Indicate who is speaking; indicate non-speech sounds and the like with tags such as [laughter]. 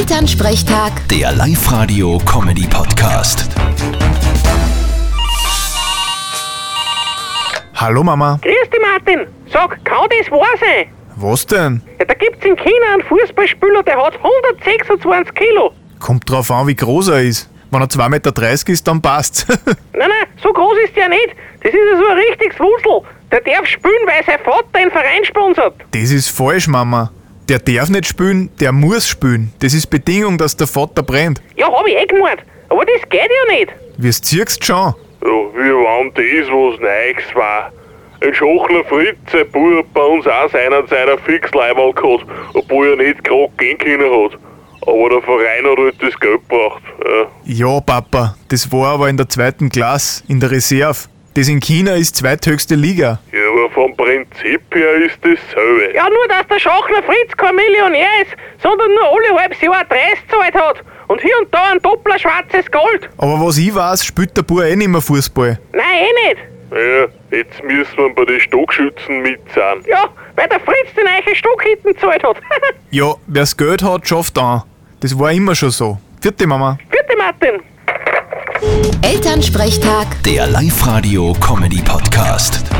Speaker 1: Elternsprechtag,
Speaker 2: Der Live-Radio-Comedy-Podcast.
Speaker 3: Hallo Mama,
Speaker 4: Grüß dich, Martin. Sag, kann das wahr sein?
Speaker 3: was denn?
Speaker 4: Ja, da gibt's in China einen Fußballspieler, der hat 126 Kilo.
Speaker 3: Kommt drauf an, wie groß er ist. Wenn er 2,30 Meter ist, dann passt's. [laughs]
Speaker 4: Nein, nein, so groß ist der nicht. Das ist ja so ein richtiges Wusel. Der darf spielen, weil sein Vater einen Verein sponsert.
Speaker 3: das ist falsch, Mama. Der darf nicht spielen, der muss spielen. Das ist Bedingung, dass der Vater brennt.
Speaker 4: Ja, hab ich eh gemeint. Aber das geht ja nicht.
Speaker 3: Wir's ziehst schon.
Speaker 5: Ja, wie wenn das was Neues war. Ein Schachler Fritz, ein Bub, hat bei uns auch seinen seiner Fixleiberl gehabt, obwohl er nicht gerade gehen können hat. Aber der Verein hat halt das Geld gebracht. Ja.
Speaker 3: Ja, Papa, das war aber in der zweiten Klasse, in der Reserve. Das in China ist zweithöchste Liga.
Speaker 5: ja, aber vom Prinzip her ist dasselbe.
Speaker 4: Ja, nur, dass der Schachner Fritz kein Millionär ist, sondern nur alle halbes Jahr 30 zahlt hat. Und hier und da ein Doppler schwarzes Gold.
Speaker 3: Aber was ich weiß, spielt der Bub eh nicht mehr Fußball.
Speaker 4: Nein, eh nicht.
Speaker 5: Ja, jetzt müssen wir bei den Stockschützen mit sein.
Speaker 4: Ja, weil der Fritz den eichen Stock hinten gezahlt hat. [laughs]
Speaker 3: Ja, wer's Geld hat, schafft an. Das war immer schon so. Vierte Mama.
Speaker 4: Bitte, Martin.
Speaker 1: Elternsprechtag.
Speaker 2: Der Live-Radio-Comedy-Podcast.